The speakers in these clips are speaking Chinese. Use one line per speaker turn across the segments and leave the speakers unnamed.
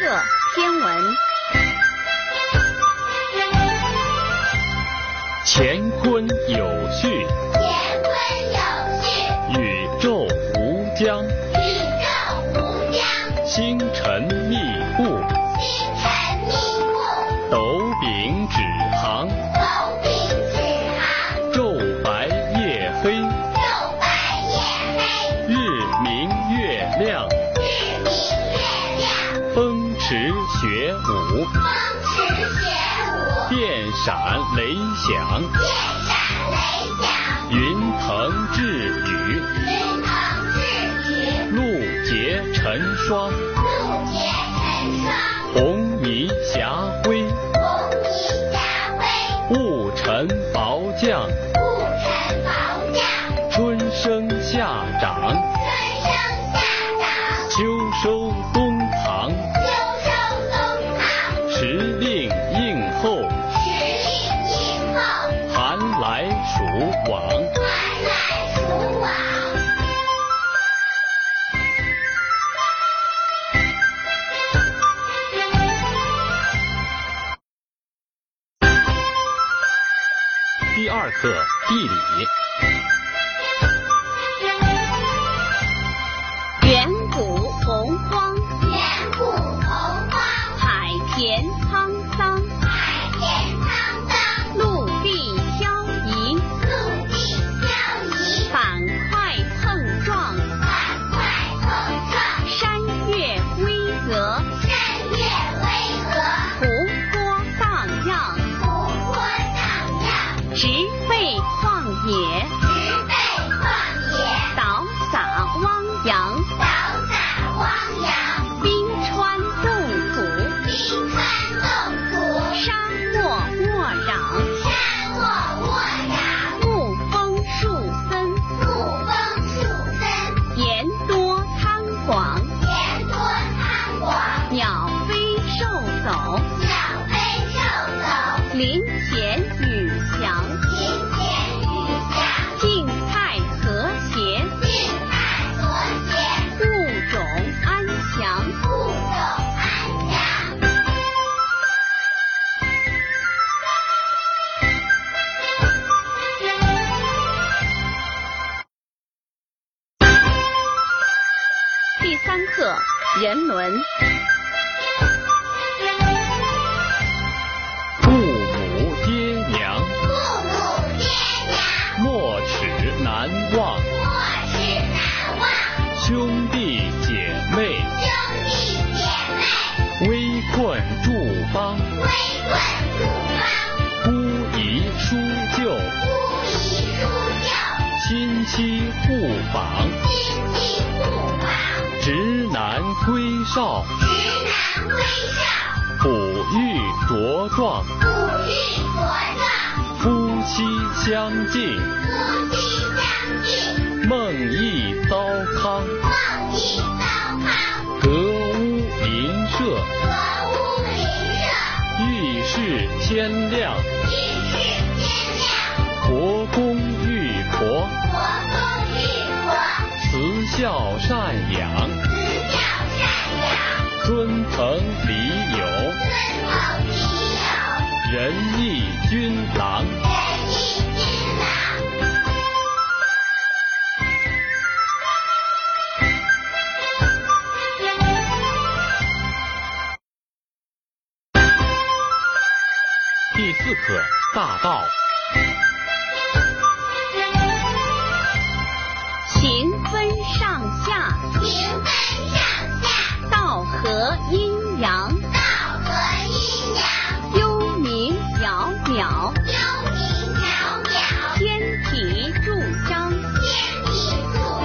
热天文，
乾坤有序，
乾坤有序，
宇宙无疆，
宇宙无疆，
星辰密布，
星辰密布，
斗柄指航，
斗柄指航，
昼白夜黑，
昼白夜
日明月亮，
黑，日明月亮，
风驰雪舞，
风驰雪舞，
电闪雷响，
电闪雷响，
云腾致雨，
云腾致雨，
露结成霜，
露结成霜，
红泥霞辉，
红泥霞辉，
雾沉薄降，
雾沉薄降，
春生夏长。
春生夏长，
秋收冬藏，
秋收冬藏。
时令应候，
时令应后，
寒来暑往。
寒来暑往。
第二课地理，
远古洪荒，
远古洪荒，
海田沧桑，
海天沧桑，
陆地漂移，
陆地漂移，
板块碰撞，
板块碰撞，
山岳巍峨，
山岳巍峨，
湖泊荡漾，
湖泊荡漾，
植被旷野，
植被旷野，
倒洒汪洋，
倒洒汪洋，
冰川冻土，
冰川冻土，
沙漠漠壤，
沙漠沃壤，
沐风树森，
陆风树森。
盐多滩广。
田多仓广，
鸟飞兽走，
鸟飞兽走，
林前雨翔，
晴天雨下，
静态和谐，
静态和谐，
物种安详。
物种安详。
第三课人伦，
父母爹娘，
父母爹娘，
莫齿难忘；
莫齿难忘，
兄弟姐妹，
兄弟姐妹，
危困驻邦，
归顺祖邦，
孤姨叔舅，
不宜输教，
亲戚互访，
亲戚互访，
直男归少，
直男归少，
哺育茁壮，
哺育茁壮，
夫妻相敬。
夫妻相敬。
梦忆糟糠，
望一糟糠，
隔屋邻舍，
隔屋邻舍，
浴室天亮，
浴室天亮，
国公玉婆，
国公玉婆，
慈孝善养，
慈孝善养，
尊朋礼友，
尊朋礼友，
仁义君郎。
仁义君郎。
第四课大道，
行分上下，
平分上下，
道合阴阳，
道合阴阳，
幽冥缈缈，
幽冥缈缈，
天体助张，
天地助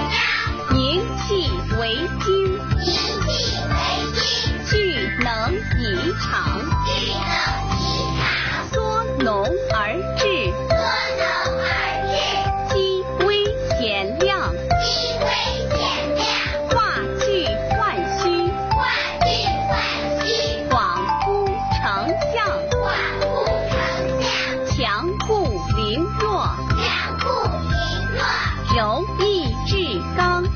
张，
凝气为精，
凝气为精，
聚能以长，
聚能以长，
缩浓而至，
多能而至。
积微显量。
积微减量，
化去换虚，
化聚换虚，
广铺成象，
广铺成象，
强固凌弱，
强固凌弱，
柔易至刚，
柔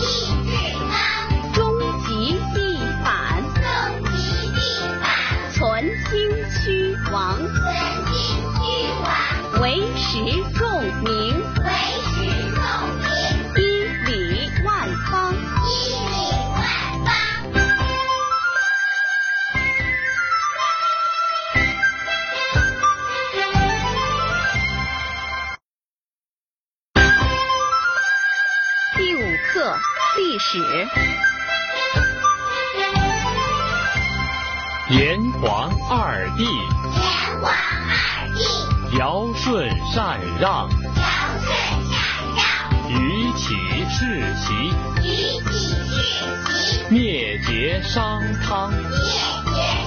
易制刚，
终极必反。
终极
炎黄二帝，
天王二帝，
尧舜禅让，
尧舜禅让，
予起世袭，
禹己世袭，
灭绝商汤，
灭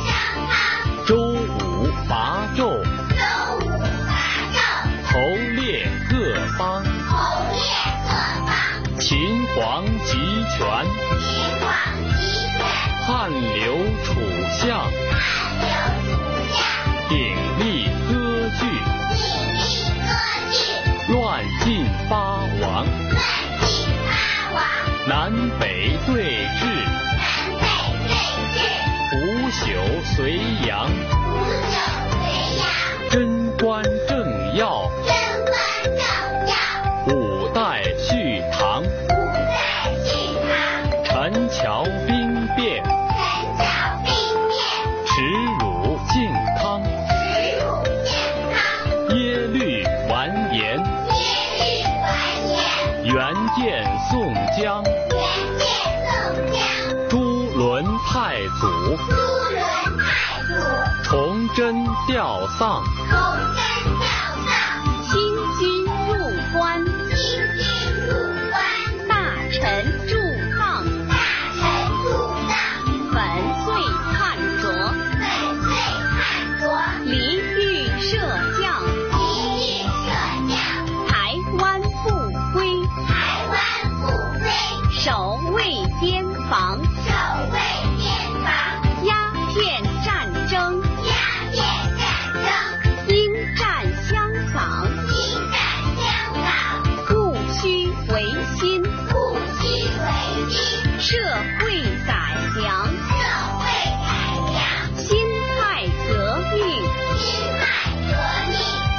绝商汤，
周武伐纣，
周武伐纣，
头列各邦，
侯列各方，
秦皇集权，
秦皇集权，
汉刘楚相，
汉刘楚相，
鼎立割据，
鼎立割据，
乱晋八王，
乱晋八王，
南北对峙，
南北对
腐朽隋炀，
峙，吴九隋炀。
贞观政要，
贞观政要，
五代续唐，
五代续唐，
陈桥兵变，
陈桥兵变，
耻辱靖康，
耻辱靖康，
耶律完颜，
耶律完颜，
元建宋江，
元建宋江，
朱伦太祖，
朱伦太祖，
崇祯吊丧，
崇祯吊丧，
新君入关，
新君入关，
大臣驻谮，
大臣入丧，
粉碎叛浊，
粉碎叛国，
黎御设将，
一日舍将，
台湾复归，
台湾复归，
守卫边防，
守卫边防，
鸦片战争，
鸦片战争。
英占香港，
情感香港，
戊戌维新，
不虚为新，
社会改良，
社会改良，
辛亥革命。
辛亥革命，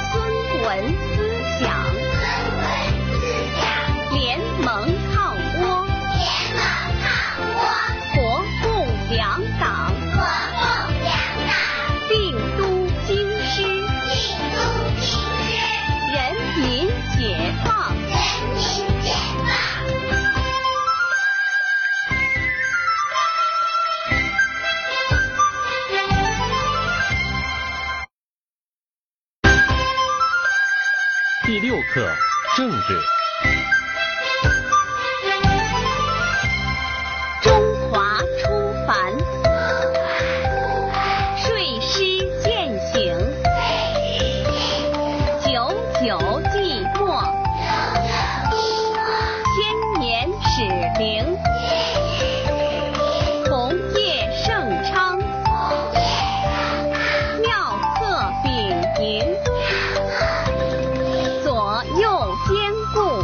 孙文思想
孙文思想，
联盟抗倭，
联盟抗倭，
国共两党
国共两党，
定都京师，
定都京师，
人民解放。
人民解放。
第六课政治。
中华出凡，睡狮践行，九九寂寞，千年始灵，红叶盛昌，妙策秉盈，左右兼顾，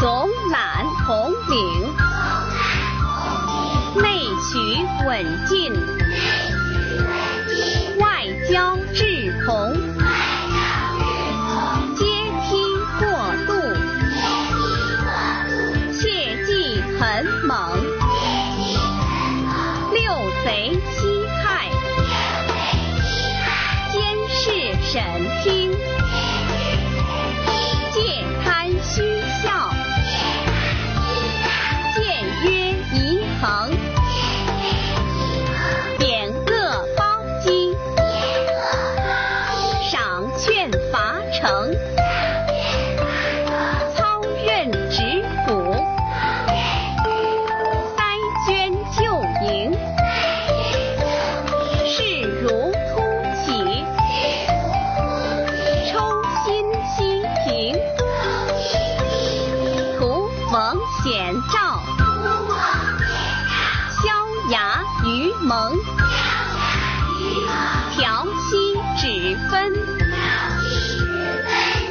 总揽统领，内取稳进，外交志同，阶梯过渡，切忌很猛，六贼七害，监视审听，戒贪虚效，建约宜恒，贬恶包缉，赏劝罚诚，操任职补，呆捐就营，势如突起，抽薪息平，图蒙显照，萧牙于蒙，调息指分，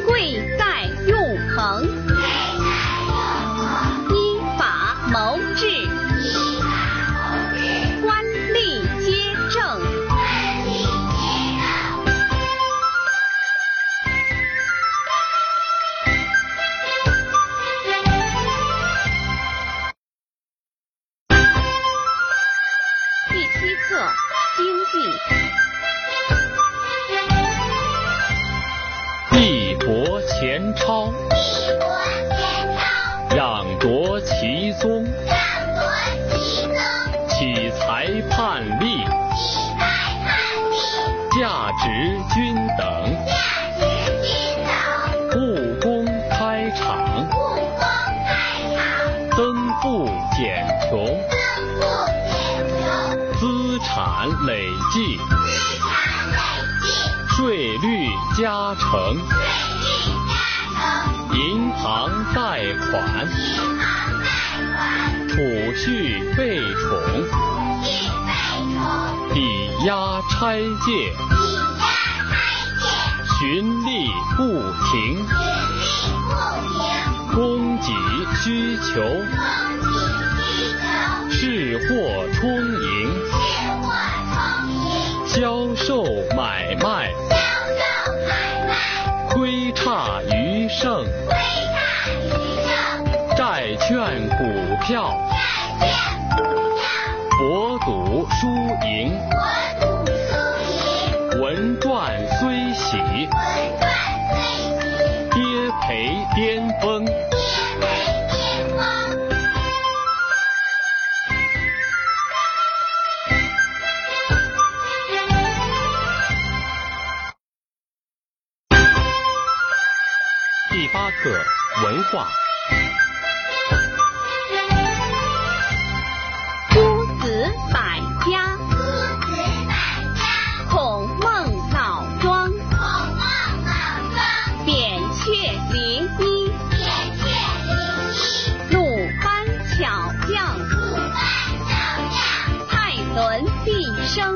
贵在用恒，依法谋治，官吏皆正。第七课经济。
帝国前超，
帝国前朝，
攘夺其追踪，
战国其中
起裁判例，
几代汉帝，
价值均等，
价值均等，
故宫开场，
故宫开场，
增富减穷，
增富减穷，
资产累计，
资产累计，
税率加成，
税率加成，
银行贷款，
银行贷款，
储蓄备宠，
运费虫，
抵押拆借，
抵押拆借，
循例不停，
运力不平，
供给需求，
供给需求，
市货充盈。
是
销
货充盈，
售买卖，
销售买卖，
亏差余剩，
亏大于正。
债券股票，博赌输赢，文赚虽喜，跌赔巅峰。第八课文化，
诸子百家，孔孟老庄，扁鹊临医，鲁班巧匠，蔡伦毕生，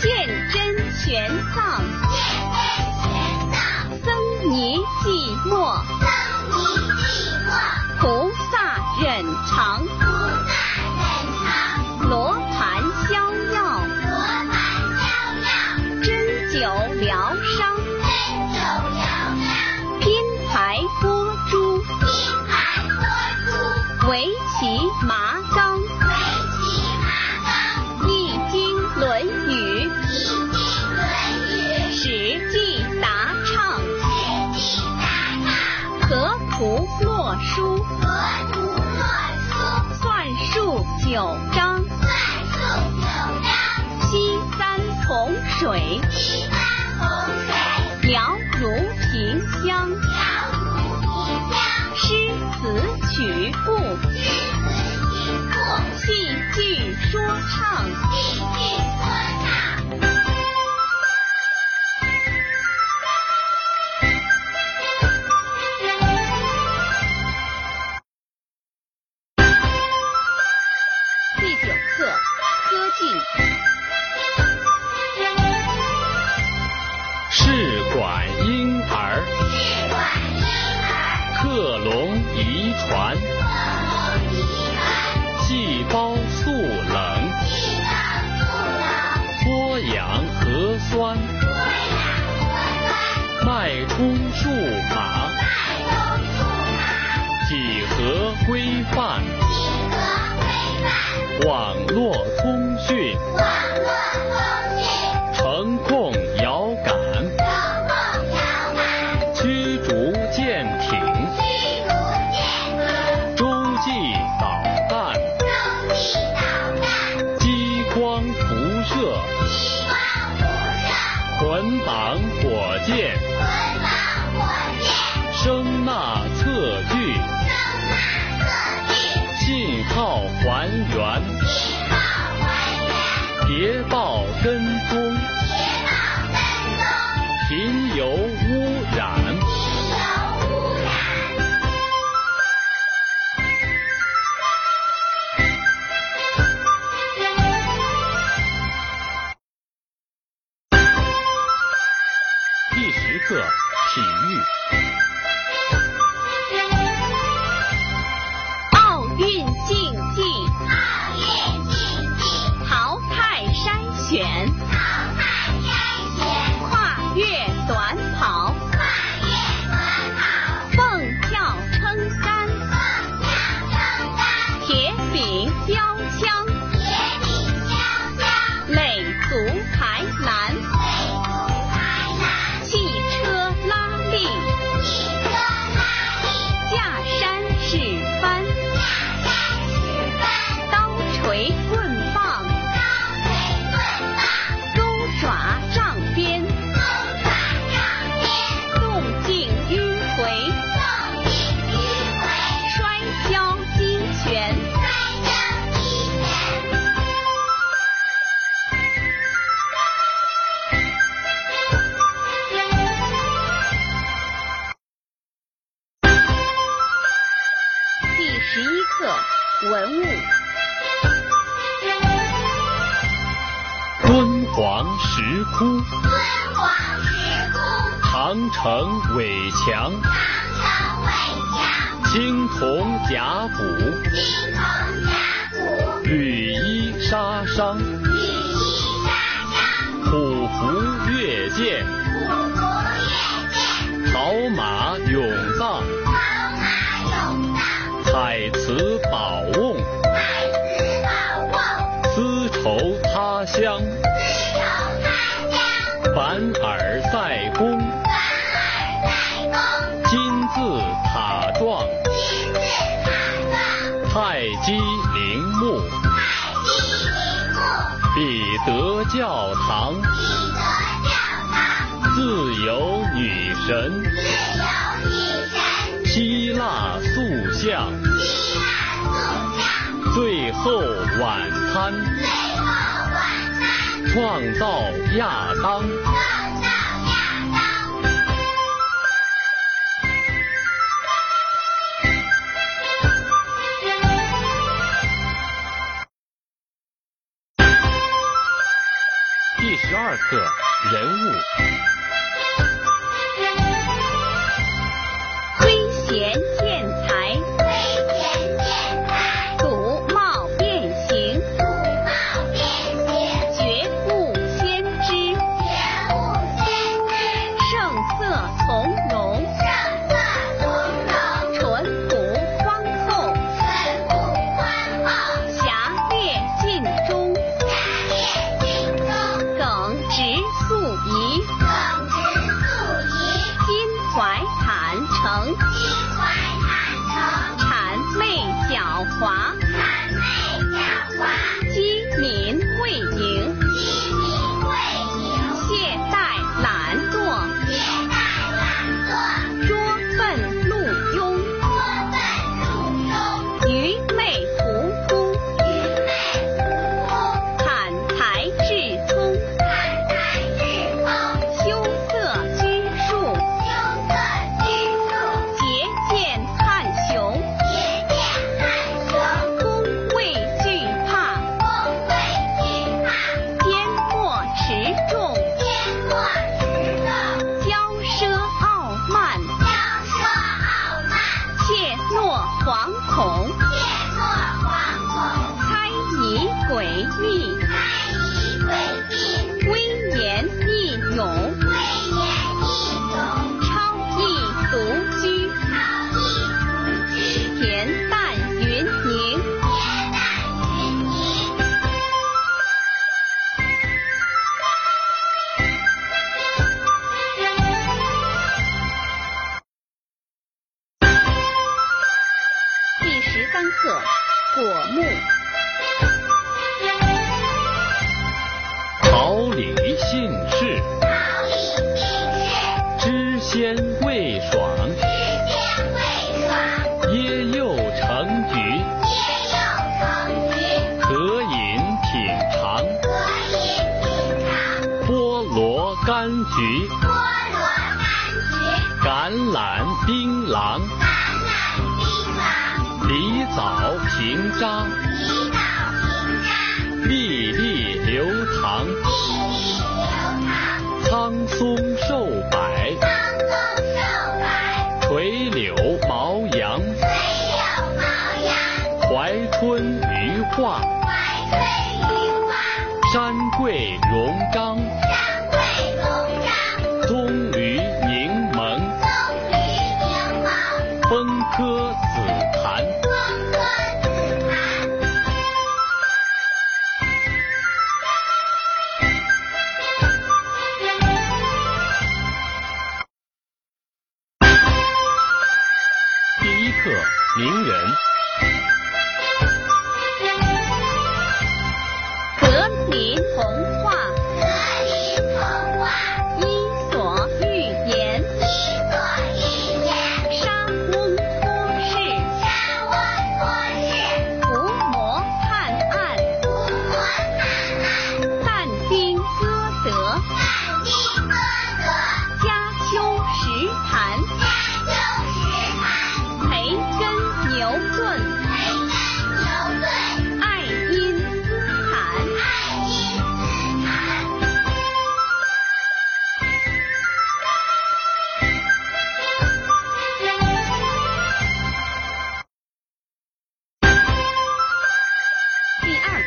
鉴真玄奘，僧尼寂寞，菩萨忍常，罗盘逍遥，针灸疗伤，拼排拨珠，围棋麻纲，易经论语，史记达唱，河图洛书，算术九章，西三重水，辽如萍乡，诗词曲赋，戏剧说唱，第九课科技。
试管婴儿，克隆遗传，细胞速冷，脱氧核酸，脉冲数码，几何规范。网络通讯，程控遥感，驱逐舰艇，洲际导弹，激光辐射，捆绑火箭，声呐测距，信号还原，谍报跟踪，贫铀污染。第十课体育。
奥运竞技淘汰筛选，十一课文物。
敦煌石窟、
敦煌石窟、
唐城围墙、
唐城围墙、
青铜甲骨、
青铜甲骨、
缕衣纱裳、
羽衣纱裳、
虎符越剑、
虎符夜剑、
草马永藏、
宝马永藏、
彩瓷宝瓮、
太子宝瓮、
丝绸他乡、
丝绸他乡、
凡尔赛宫、
凡尔赛宫、
金字塔状、
金字塔状、
泰姬陵墓、
太极陵墓、
彼得教堂、
彼得教堂、
自由女神。
自由女神。
希腊塑像，
希腊塑像，
最后晚餐，
最后晚餐，
创造亚当。
创造亚当。
第十二课人物
圭贤健才，
飞檐变彩，
笃貌变形，
土貌变形，
绝不先知，
绝无先知，
胜色从容，
胜色从容，
淳朴宽厚，
淳朴宽厚，
侠烈尽忠，
侠烈尽忠，
耿直素仪，
耿直素仪，
襟怀坦诚，
襟怀坦诚，
谄媚狡猾，
谄媚狡猾，
机敏慧盈，
机敏慧盈。
懈怠懒惰。
别怠懒惰，
拙笨碌庸，
多笨入庸，
愚昧糊涂，
愚昧无功，
砍柴智聪，
贪财致风，
羞涩拘束，
羞涩拘束，
节俭汉雄，
节俭汉雄，
恭畏惧怕，
恭畏惧怕，
缄默持重，
缄默持重，
骄奢傲慢，
骄奢傲慢，
怯懦惶恐，
怯懦惶恐，
猜疑诡秘，
猜疑诡计，
威严义勇，
威严义勇，
超逸独居，
超逸不拘，
恬淡云宁。
恬淡云宁。
第十三课果木。
桃李信誓，
桃李尽是
知鲜未爽，
知见未爽，
椰柚成菊，
夜又成局，
可饮品尝。
可以品尝
菠萝柑橘，
菠萝柑橘、
橄榄槟榔，
橄榄槟榔、
梨枣平渣，
梨枣平渣、
粒粒流淌，
粒粒流淌、
苍松瘦柏。
苍松瘦柏、
垂柳毛杨，
垂柳毛杨、
怀春鱼化，
怀春雨花、
山桂荣冈，
山桂龙章、
棕榈柠檬，
棕榈柠檬、
风科紫檀。
风歌紫檀。
第一课，名人
格林童话，
格林童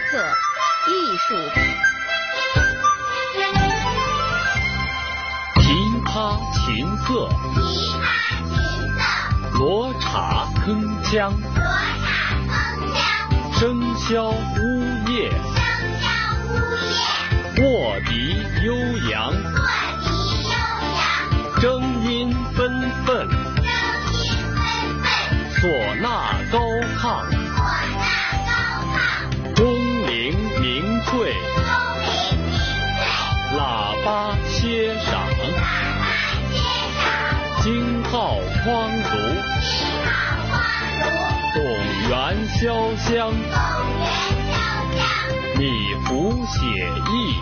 课艺术。
琵琶琴瑟，
琵琶琴瑟，
罗刹铿锵，
罗刹铿锵，
笙箫呜咽，
笙箫呜咽，
卧笛悠扬，
坐笛悠扬，
争音纷纷，
声音纷纷，
唢呐高亢，
唢呐高亢，
钟灵鸣脆，
钟鸣鸣脆，
喇叭歇晌，
喇叭街上，
京号匡足，
一号光
董源潇湘，
如，公园潇湘，
米芾写意，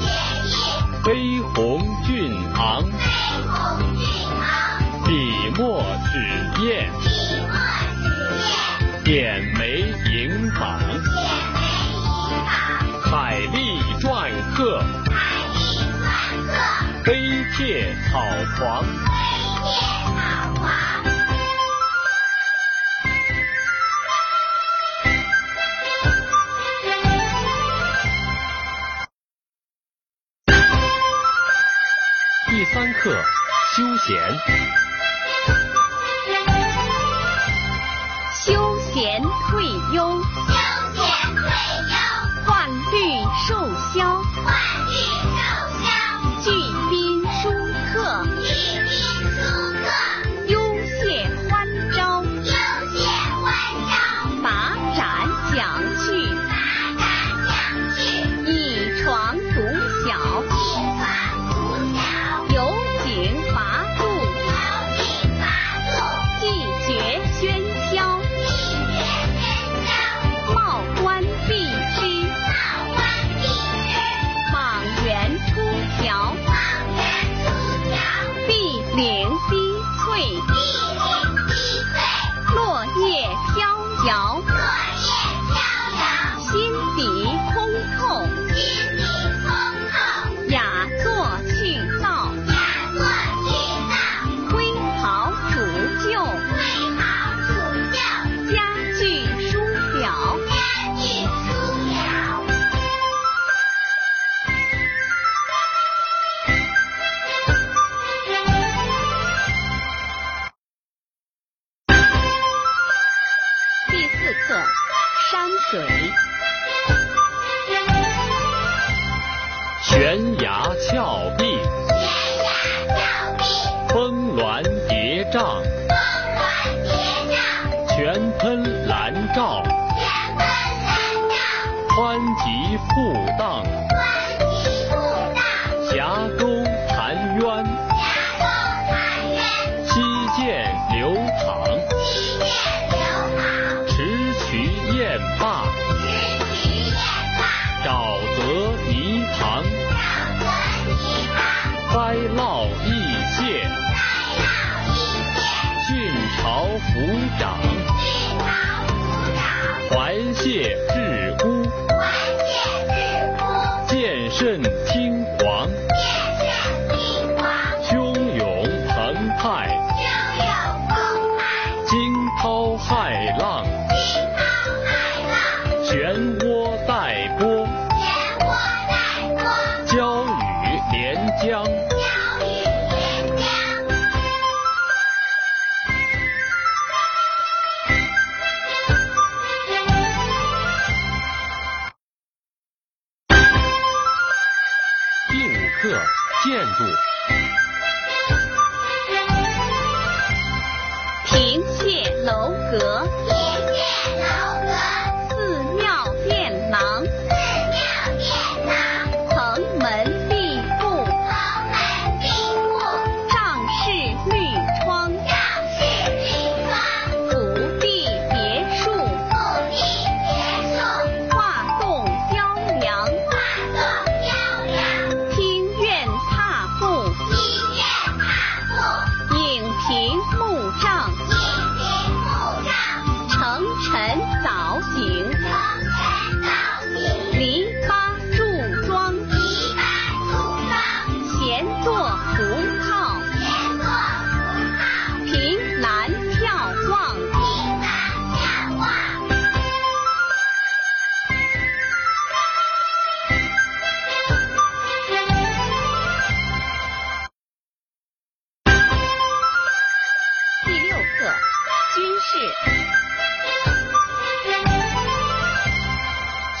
米芾写意，
飞鸿俊昂，
飞鸿俊昂，
笔墨纸砚，
笔墨纸砚，
点眉盈昃，
剑眉银榜。
海蛎篆刻，
海蛎篆刻，
碑帖草狂。
飞叶草黄。
第三课，休闲。
休闲退忧，
休闲退休，
患绿瘦削，
换绿瘦削，
聚宾舒客，
一宾舒客，
优谢欢招，
悠闲欢笑，
把盏讲趣，
马达将去，
一床独晓，
一床独角，
有景拔度，
高景八度，
一绝喧嚣，
一绝千秋，
貌观必知，
道观必知，
莽原出条，
望远出条，
碧岭滴翠，
一零一岁。
落叶飘摇。
落叶飘摇，
心底空透，
心里通透，
雅作去道，
雅作去道，
挥毫除旧，
挥毫除旧，
家具书表。
家具书了。
第四课，山水。
悬崖峭壁，
悬崖峭壁，
峰峦叠嶂，
峰峦叠嶂，
泉喷蓝照，
千峰难照，
湍急瀑荡，
万里不荡，
峡沟潭渊，
峡沟潭渊，
溪涧流淌，
溪涧流淌，
池渠堰坝，
石渠堰坝，
沼泽泥塘，
沼泽泥塘，
灾涝易泄，
灾涝一泻。
汛潮伏涨，
巨潮浮涨，
怀蟹治孤，
环界之孤，
健肾清黄，
变现帝王，
汹涌澎湃。
拥有风海，
惊涛骇浪，
惊涛骇浪，
漩涡带波，
漩涡带波，
交雨连江。
鸟语连江。
第五课，建筑。
亭榭楼阁，
天界楼阁，
寺庙殿廊，
寺庙殿堂，
蓬门蔽户，
蓬门蔽户，
上饰绿窗，
上是绿窗，
府地别墅，
土地别墅，
画栋雕梁，
画栋雕梁，
庭院踏步。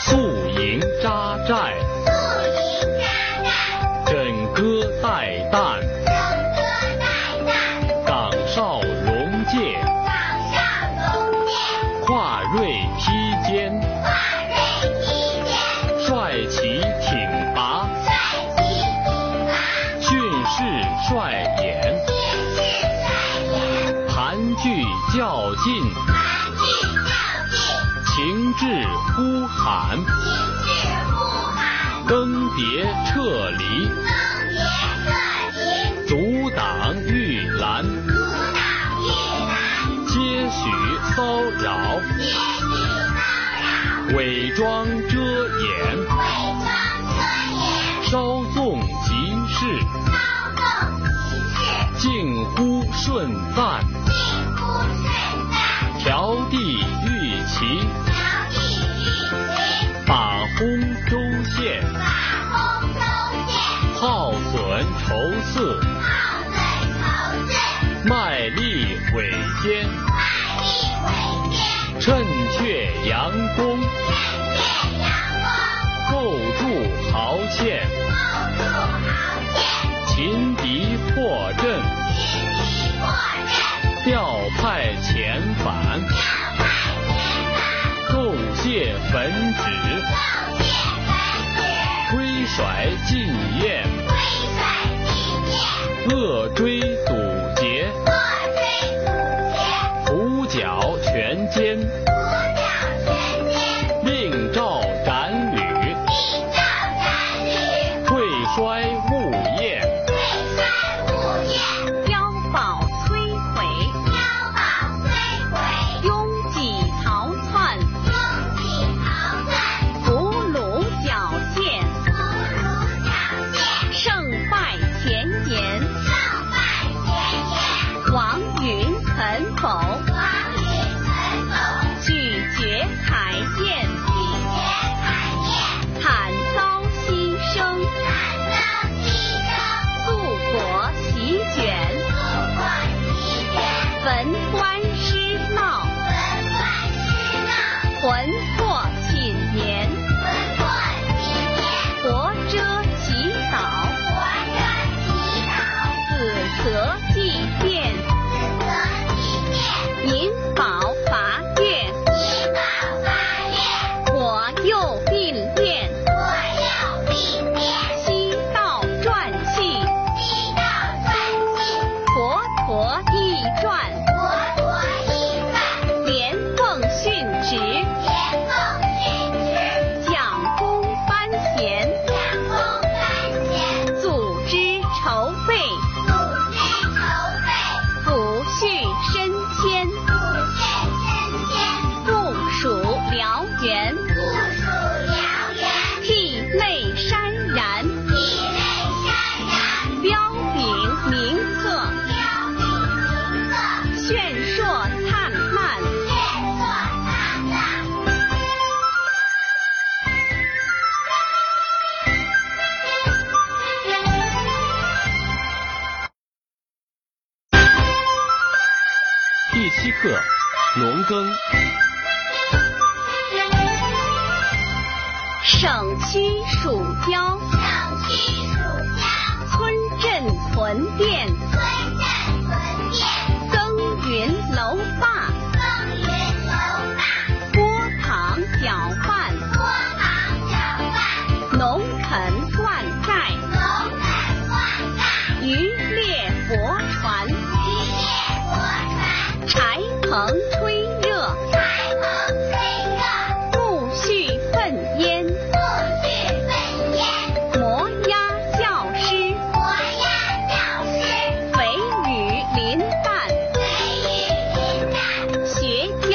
寨，
树林扎寨，
枕戈待旦，
笙歌代代，
岗哨戎介，
岗上弓箭，
跨锐披肩，
跨锐披肩，
帅气挺拔，
帅气挺拔，
训士率演，
军事帅眼，
盘踞较劲，
盘踞较劲，
情志呼喊，
情志呼喊，
更迭撤离，
更迭克林，
阻挡御栏，
阻挡御难，
皆许骚扰，
皆许骚扰。
伪装遮掩，
伪装遮掩，
稍纵即逝。
稍纵即逝，
近乎顺赞，
近乎顺当，
调地御旗，
调地御旗，
把轰州县，
把洪州县，
耗损筹次，
好损头阵，
卖力委奸，
卖力为奸，
趁却佯功，
趁借阳光，
构筑壕堑，
构筑壕堑，
擒敌破阵，
擒敌破阵，
调派遣返，
调派遣返，
叩谢焚旨，
奏捷焚旨，
推甩禁宴，
推甩禁宴，
扼追堵截，
破追阻截。
胡搅全歼。
五角全歼，
令诏斩履，
一兆男女，
退衰物业，
推翻物业，
碉堡摧毁，
碉堡摧毁，
拥挤逃窜，
拥挤逃窜，
俘虏缴械，
俘虏缴械，
胜败前沿，
胜败前沿，
王允肯否？
王允能否
拒绝凯宴，
解产业，
惨遭牺牲，
难遭牺牲，
素裹席卷，
不过其缘，
文官失闹，
文官之道，
魂魄寝眠，
文过其年，
活遮其倒，
活着祈祷，
子则祭奠，
子则其变。
民保伐月，
一宝八月，
左右并列，
左右并列，
西道转气，
西道转气，
佛陀一转，
佛陀一转，
连凤训职。
连凤训职，
讲功班贤，
讲功班贤，
组织筹备，
组织筹备，
抚恤升迁，
布线升迁，
部署燎原，
部署燎原，
涕泪潸然，
涕泪潸然，
彪炳明澈，
彪炳明澈，
炫烁灿烂。
炫烁灿烂。
第七课，农耕，
省区属郊，
省区属郊，
村镇屯店，
村镇屯店，
耕耘楼坝，
耕耘楼坝，
锅塘搅拌，
锅塘搅拌，
农垦灌溉，
农垦灌溉，
渔猎驳船。
渔猎驳船，
柴棚吹热，
柴棚吹热，
苜蓿奋烟，
不惧焚烟，
磨压教师，
磨压教师，
肥雨淋淡，
飞雨淋淡，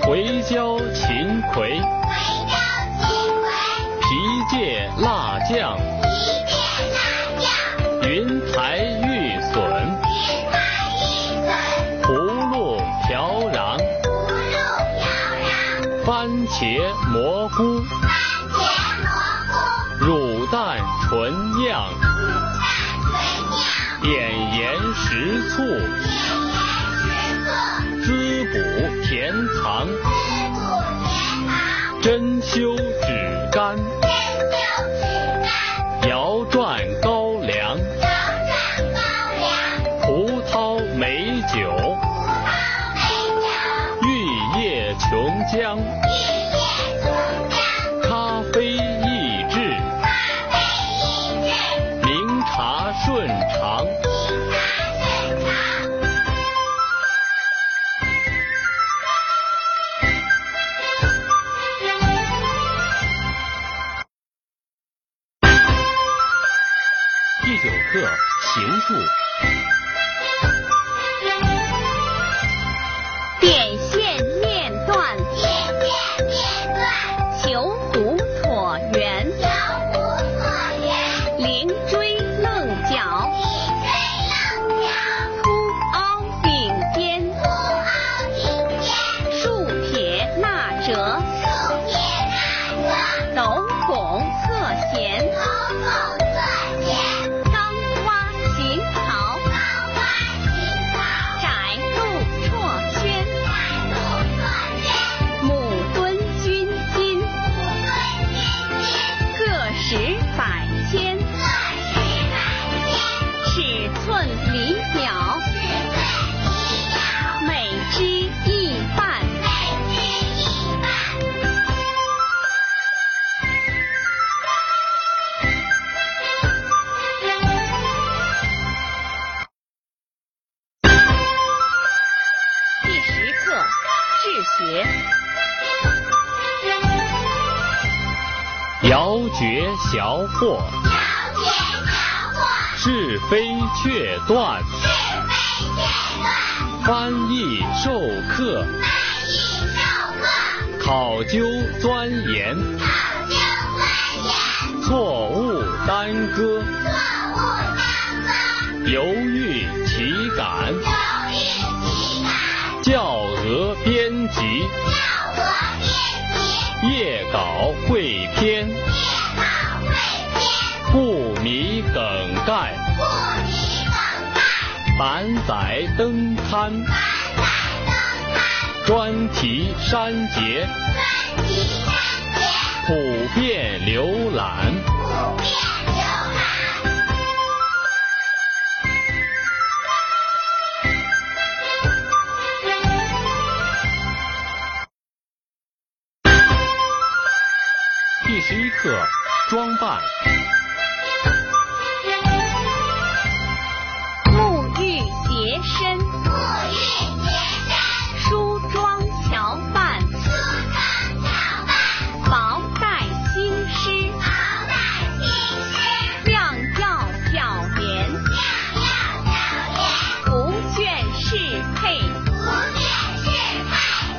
回，皮芥辣酱，云台玉笋，葫芦瓢瓤，番茄蘑菇，乳蛋纯酿，碘盐食醋，滋补甜藏，珍馐止甘，摇转高粱，葡萄美酒，玉液琼浆，咖啡益智，明察顺尝。第九课行数，
点线面断，求骨椭圆，零锥棱角，凸凹顶尖，竖撇捺折，斗拱侧弦，钢挖行槽，窄度绰圈，母敦均金，个十百千，尺寸厘秒，每之一半。第十课治学，
遥觉淆惑，是非确断，翻译授课，考究钻研，错误耽搁，犹豫其感，校额编辑，夜稿汇编，不迷梗概，满载登刊，专题删节，普遍浏览。第十一课装扮，
沐浴洁身，梳妆乔扮，薄带新诗，样样较廉，不倦适配，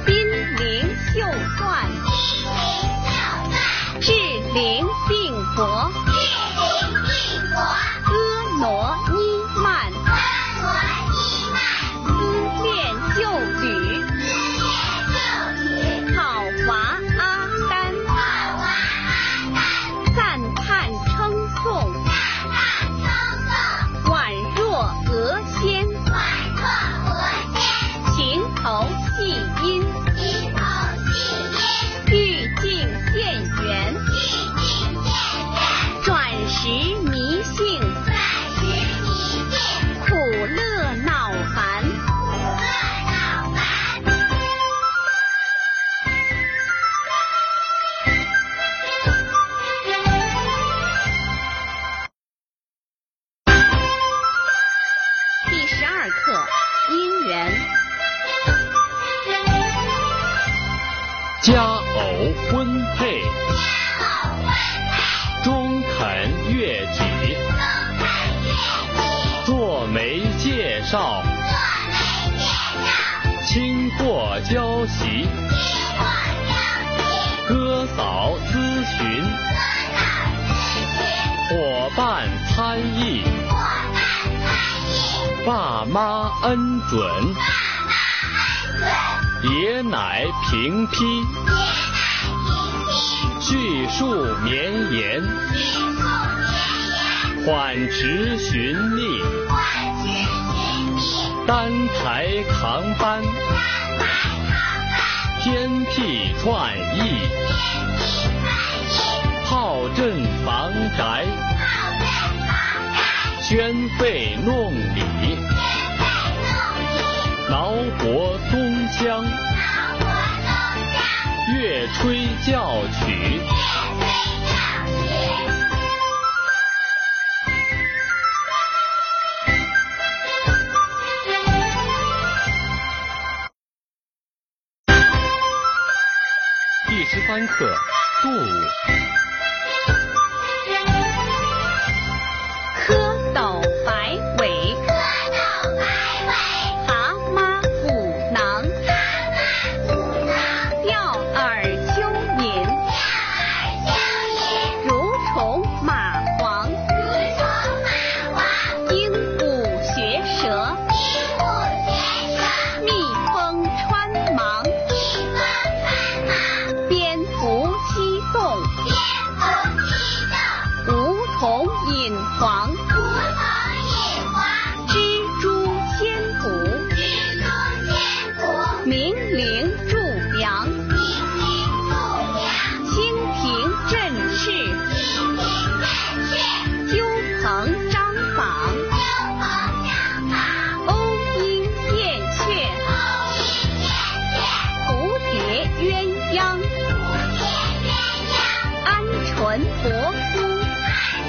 濒临秀冠，志玲定国，婀娜伊曼，思恋旧举，考娃阿丹，赞叹称颂，宛若谪仙，情投戏音，欲境现缘，转时迷性，苦乐恼烦。第十二课姻缘，
佳偶婚配，中肯悦己，做媒介绍，倾国交席，嫂咨询，伙伴参议，爸妈恩准，爷奶平批，叙述绵延，缓直寻觅，单台扛班，偏僻串役，炮阵防宅，捐费弄礼，挠国东乡，乐吹教曲。第十三课，杜甫。
蝌蚪白尾，蛤蟆捕囊，钓饵蚯蚓，蠕虫蚂蟥，鹦鹉学舌，蜜蜂穿忙，蝙蝠栖洞，梧桐引黄，蜘蛛先捕，鸣铃助梁，蜻蜓振翅，鸠鹏张榜。鸥鹰燕雀，蝴蝶鸳鸯，鹌鹑伯夫，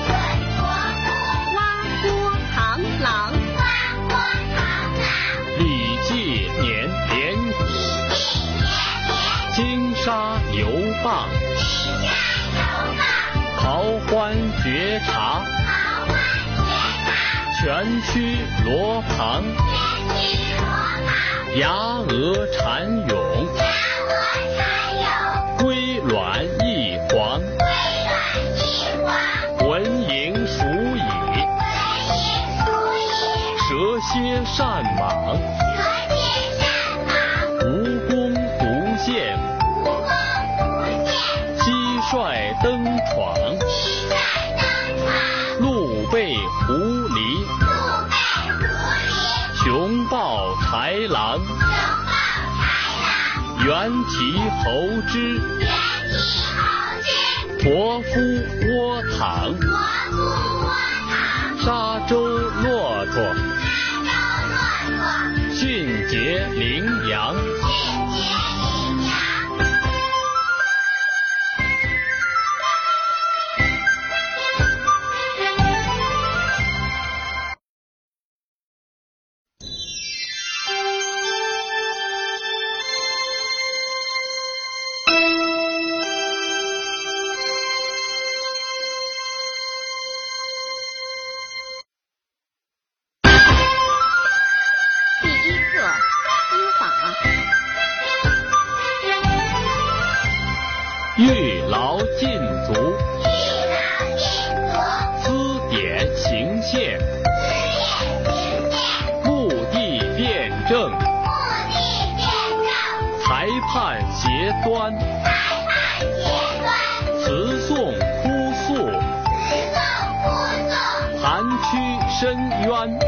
蛙锅螳螂，
礼记年年，金沙游蚌，桃欢觉察，全曲罗盘，崖峨蝉蛹，龟卵翼黄，文蝇鼠蚁，蛇蝎善蟒，蜈蚣独现，蟋蟀登床，鹿背狐狸，熊抱豺狼，猿啼猴之，驼夫窝躺，沙洲骆驼。迅捷羚羊。
第一课司法，
欲劳尽足，资典行宪，目的辩证，裁判协端，词讼哭诉，含屈申冤，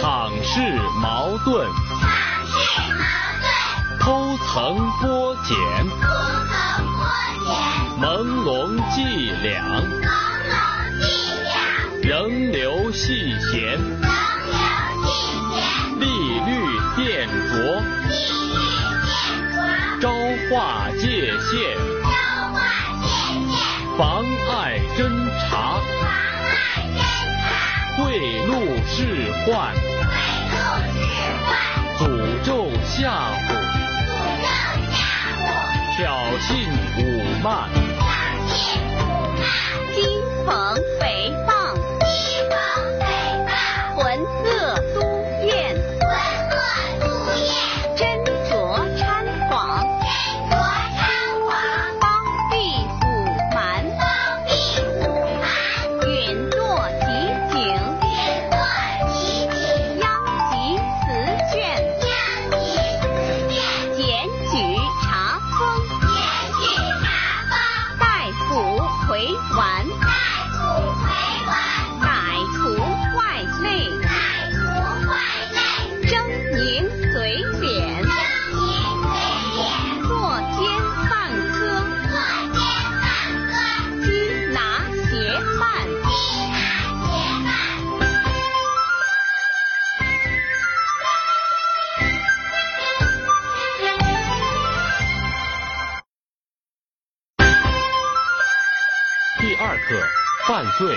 场事矛盾，剖层剥茧，朦胧伎俩，人流戏弦，利率变浊，朝化界限，妨碍侦查，贿赂置换，诅咒吓唬。挑衅侮慢，
讥讽诽谤，浑噩都验，斟酌参访，
二课犯罪。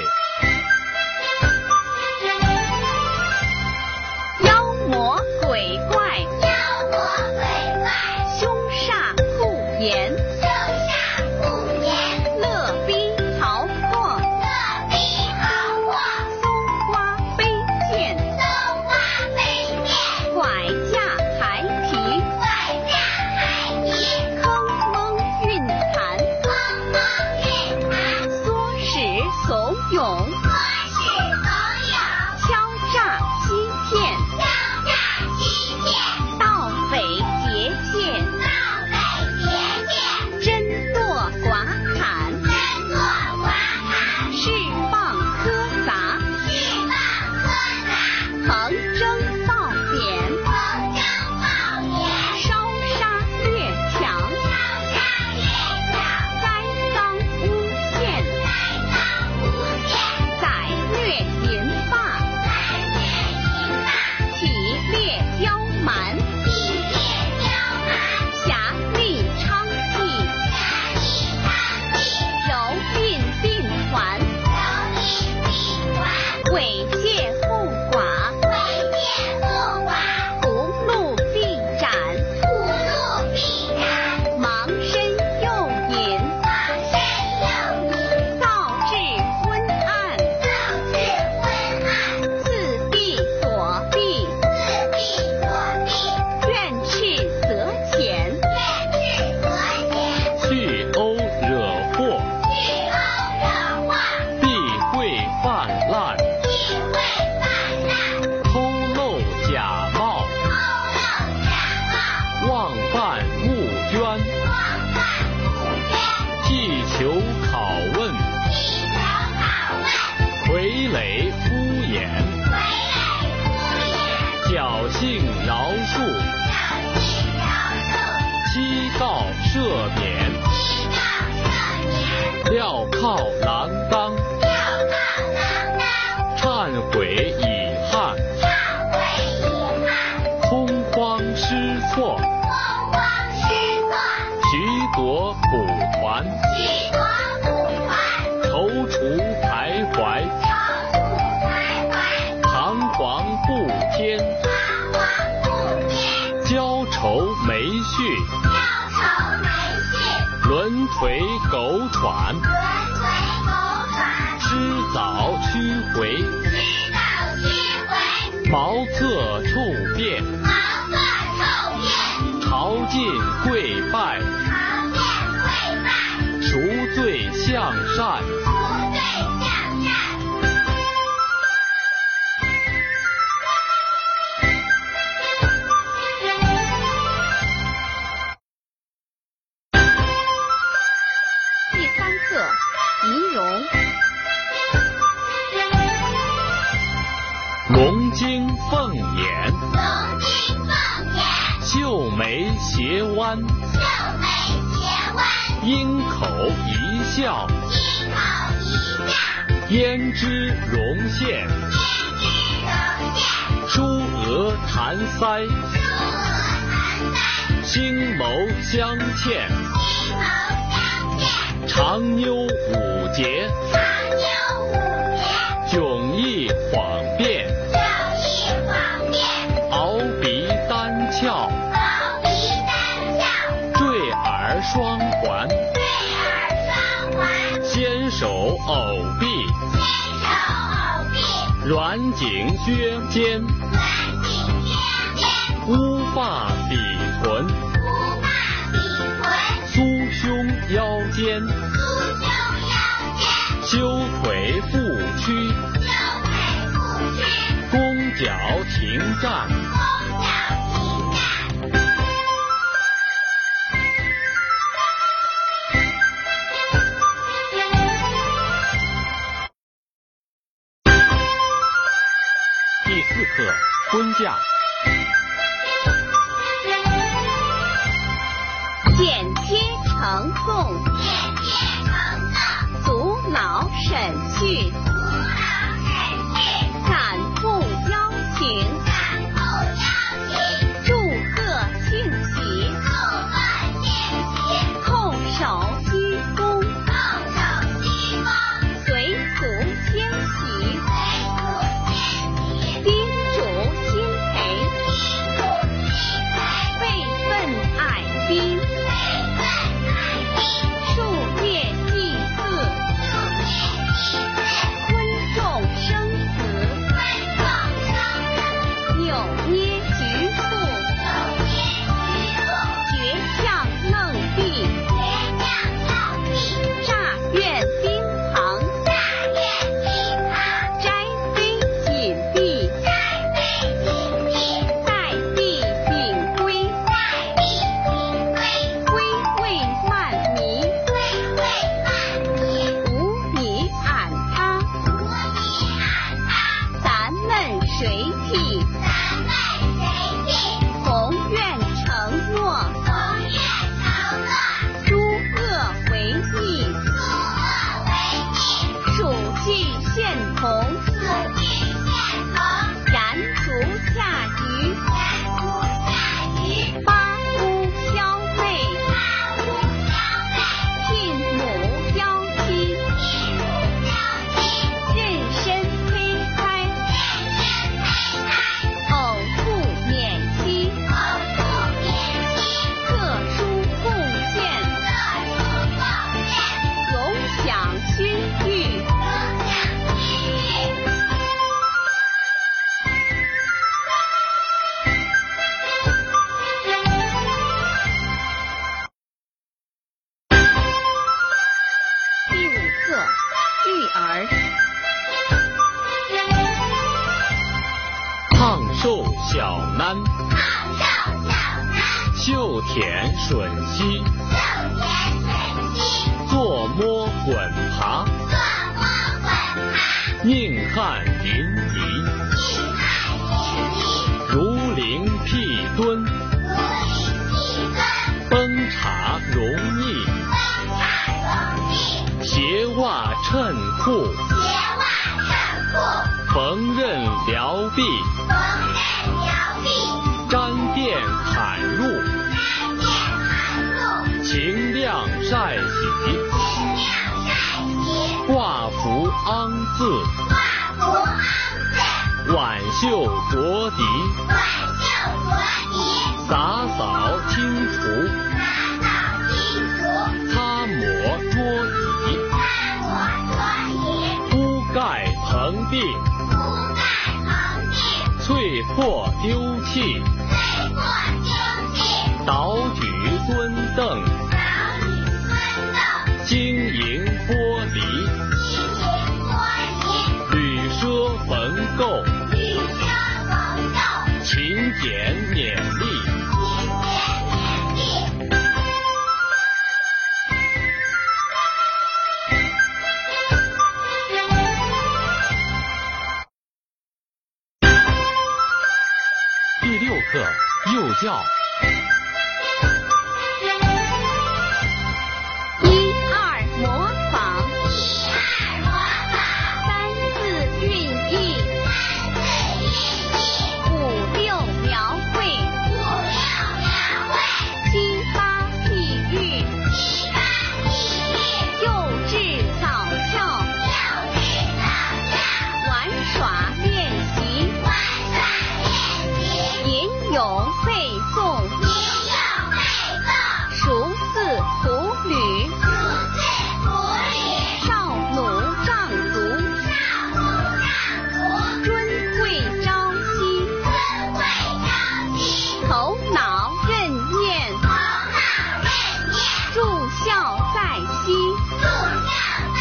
妖魔鬼怪，
妖魔鬼怪，
凶煞不言，
凶煞不言，
乐逼逃破，
乐必好祸，
搜刮卑贱，
搜刮卑贱，
拐架孩提，
拐诈孩提，
坑蒙孕残，
坑蒙骗财，
唆使怂恿，
唆使朋友
敲诈欺骗，
敲诈欺骗，
盗匪劫骗，
盗匪劫骗。
真惰寡罕，
真做寡谈，
释放苛杂，
释放苛杂，
横征暴敛，
横征暴敛，
烧杀掠抢，
烧杀掠抢，
栽赃诬陷，
栽赃诬陷，
宰掠淫霸，
残虐淫荡，
起猎刁蛮，
地界刁蛮，
侠逆娼妓，
侠义娼妓，
柔蔑病环，
柔意闭环，
猥亵护寡，
猥亵不法，
不怒必斩，
屠戮必然，
盲身诱引，
防身诱你，
造致昏暗，
导致昏暗，
自闭所闭。
自闭所闭。
愿斥责前，
愿治国家，去欧惹祸，去欧惹祸，
去欧惹祸，避讳泛滥，
避讳泛滥，
偷漏假冒，
偷漏假
妄办募捐，
冒，妄办不捐，
记求拷问，
一条拷问，
傀儡敷衍，
傀儡敷衍，
侥幸饶恕，
侥幸饶恕，
欺盗赦免，
以告赦免，
镣铐锒铛，
要告锒铛，
忏悔以憾，
忏悔以憾，
恐慌失措，
洪荒失措，
徐夺补还，
举国不还，
踌躇徘徊。
踌躇徘徊。
彷徨不天，
彷徨不坚，
焦愁没绪，
忧愁没绪，
轮颓狗喘，
轮回狗爪，
知早趋回，
知道迂回，
茅厕处变，
茅塞臭变，
朝进跪拜，
朝见跪拜，
赎罪向善，
不对向善，
第三课仪容，
龙睛凤眼，
龙睛凤眼，
秀眉斜弯，
秀眉斜弯，
鹰口一笑，
一口一笑，
胭脂容现，
胭脂容现，
梳额弹腮，
珠娥含腮，
星眸相嵌，
一眸相见。
长妞舞节。
长忧五别，
迥异恍变，
酒意晃变，
鳌鼻单翘，
毛鼻单翘，
坠耳双环，
对耳双环，
纤手偶臂，
牵手偶臂，
软颈削肩，
软颈贴肩，
乌发比臀，
乌发比臀，
酥胸腰间，
酥胸腰间，
修腿腹屈，
秀腿不屈，
弓脚停站，
弓脚挺站。
第四课婚嫁，
剪贴呈送，
眼贴成色，
阻挠审讯，
无脑审讯。
赶赴邀请，
赶赴邀请，
祝贺庆喜，
祝贺宴席，
叩首鞠躬，
叩首鞠躬，
南，
杭州小南，
旧田吮吸，
九田水西，
坐摸滚爬，
坐摸滚爬，
宁汉淋漓，
硬汉淋漓，
如灵辟敦，
如履地蹲，
崩茶容易，
观察容易，
鞋袜衬裤，
鞋袜正裤，
缝纫疗臂，
缝纫摇臂，
粘垫砍入，
单面寒露，
晴晾晒洗，
天亮晒衣，
挂服昂字，
画符昂字，
挽袖着笛。
挽袖着衣。
打扫清除，
打扫清除，
擦抹桌椅，
擦抹桌椅，
铺盖棚并，
覆盖棚地，
脆破丢弃，
推过丢弃，
倒举蹲凳，
扫雨蹲凳，
经营剥离，
金银玻
铝奢缝购，
璃，绿色红豆，
勤俭勉励。
勤俭勉励。
第六课幼教
一二模仿，
一二模仿，
三四韵意，
三四韵意，
五六描绘，
五六描绘，
七八譬喻，
七八比喻，
幼稚早教，
六指早教。
玩耍练习，
玩耍练习，
吟咏背诵，
吟咏背诵，
熟似胡吕，
如字符里，
少鲁丈族，
少不上足，
尊贵朝夕，
尊贵朝夕，
头脑任念，
头脑认念，
住校在西。
助教在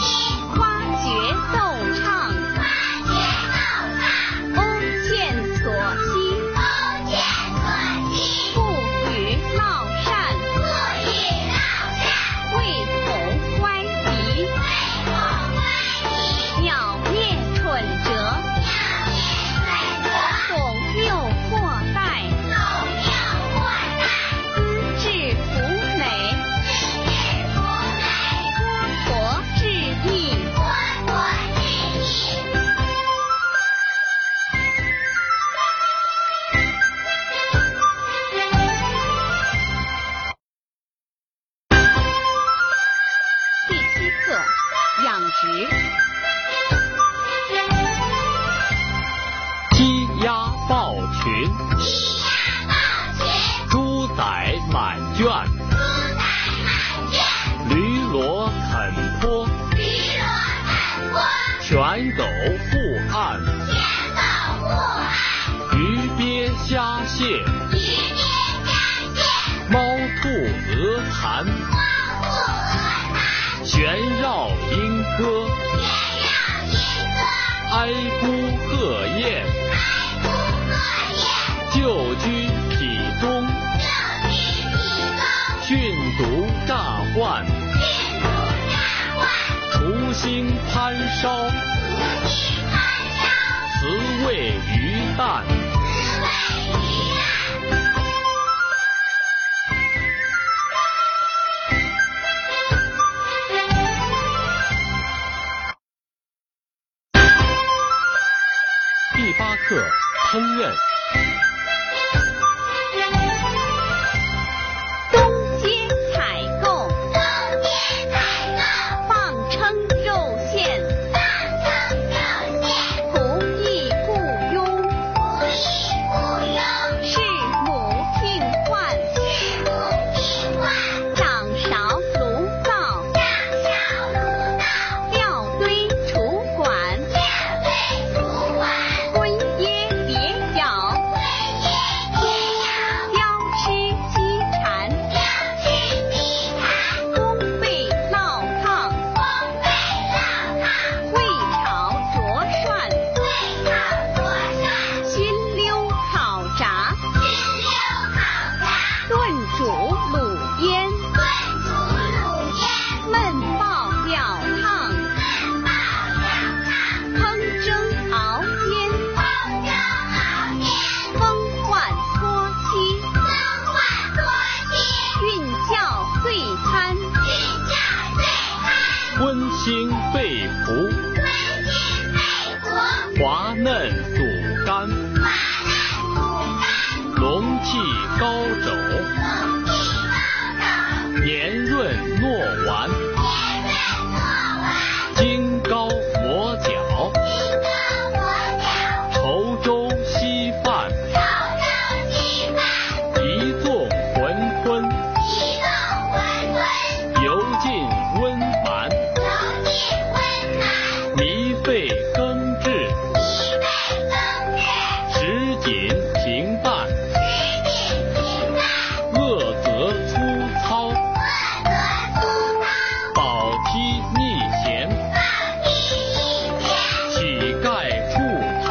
西，
花绝奏唱，
花绝奏唱，
欧倩所惜，
勾践所惜，
不与闹善，
不与闹善，
惠孔乖离，
为国欢迎，
鸟灭蠢折，
要念准则，
孔谬惑代，
总有祸在。
资治福美，科佛致意。第七课养殖，
鸡鸭抱群，猪仔满圈，驴骡啃坡，犬狗护岸，鱼鳖虾蟹，猫兔鹅盘，旋绕莺歌，哀咕鹤雁，旧居匹东，训毒乍患，除星攀烧，词味鱼蛋。第八课烹饪
东街采购，棒称肉馅，仆役雇佣，是母聘换，掌勺炉灶。吊堆厨管，婚耶别咬，
心肺腑，
归心肺腑，
滑嫩阻肝，
麻烂补肝，
龙气高肘，
补气高走，
年润诺丸，
年润做完，
经高磨脚，
一个我脚，
稠粥稀饭，
潮州鸡饭，
一纵浑昏，
一动浑浑，
油尽温满，
油尽温暖，
迷肺更治，
一味更治，
食饮平淡，
食饮平淡，
恶则粗糙，
饿则粗糙。
饱梯逆咸，
放屁一天，
乞丐护讨。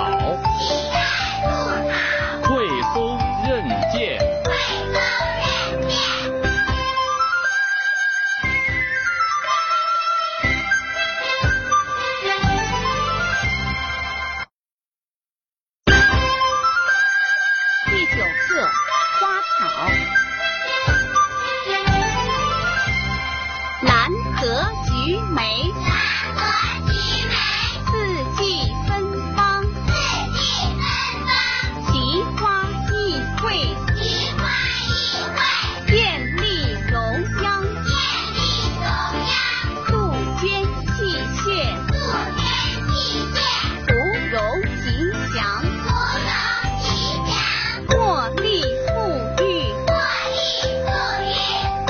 乞丐不好，
愧松任剑，
贵州人面，
第九课花草，兰格菊梅，
南国菊梅，
四季芬芳，
四季芬芳，
奇花异卉，
奇花异卉，
艳丽荣央，
艳丽荣耀，
杜鹃戏谑，
不天地变，
芙蓉吉祥，
芙蓉吉祥，
茉莉馥郁，
茉莉馥郁，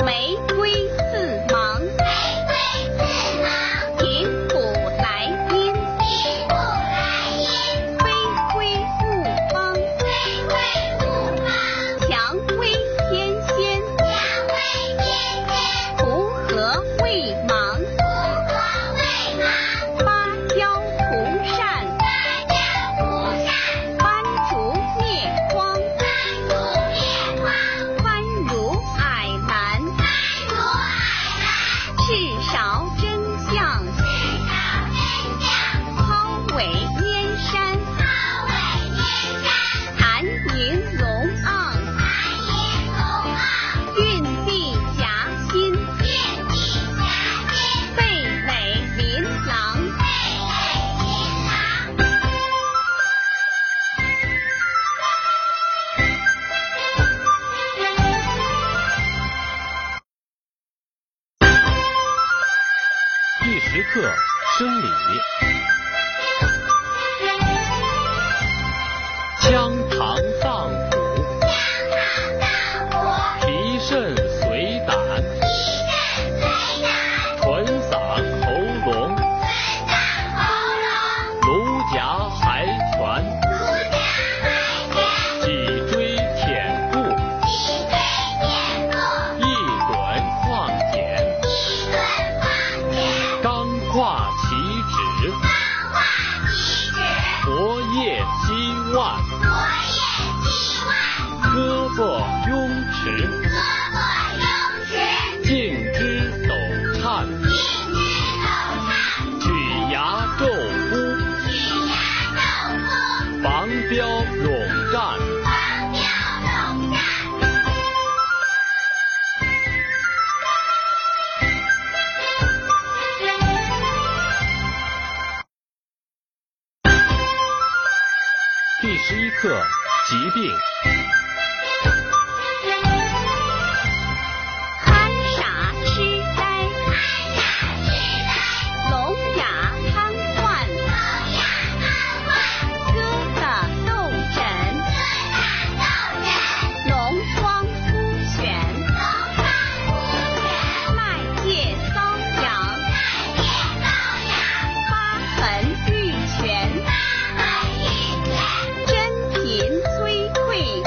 玫瑰四芒，
玫瑰自忙，
平谷来宾，
一步来音，
飞归复方，
飞归不芳。
蔷薇天仙，
蔷薇翩翩，
蒲荷未芒。
不可未忙，
芭蕉蒲扇，
芭蕉不善，
斑竹灭光，
斑竹变黄，
番如矮兰，
斑竹爱
赤芍真相，
蓝，赤芍真香，
抛尾燕山，
高尾燕山，
弹银龙昂，
寒烟红昂，
运碧夹心，
遍地霞金，
蓓蕾琳琅。
蓓蕾琳琅。
第十课生理。羌糖荡骨，
香糖荡国，
脾肾随胆，
一阵随打。
唇嗓喉咙，颅颊还泉，脊椎舔固，一趸旷茧，刚胍起止，活液稀万，胳膊雍池，颈肢抖颤，举牙皱呼。防标勇战，第十一课疾病。
憨傻痴呆，聋哑瘫痪，疙瘩痘疹，脓疮枯癣，脉界瘙痒，疤痕愈全，真贫摧溃，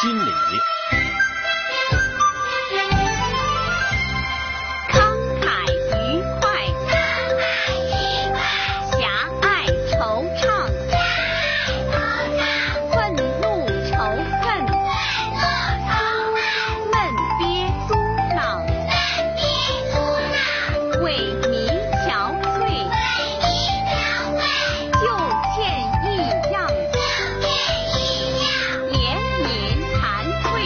心理。
慷慨愉快，狭隘惆怅，愤怒仇恨，闷憋嘟囔，萎靡憔悴，旧见异样，连绵惭愧，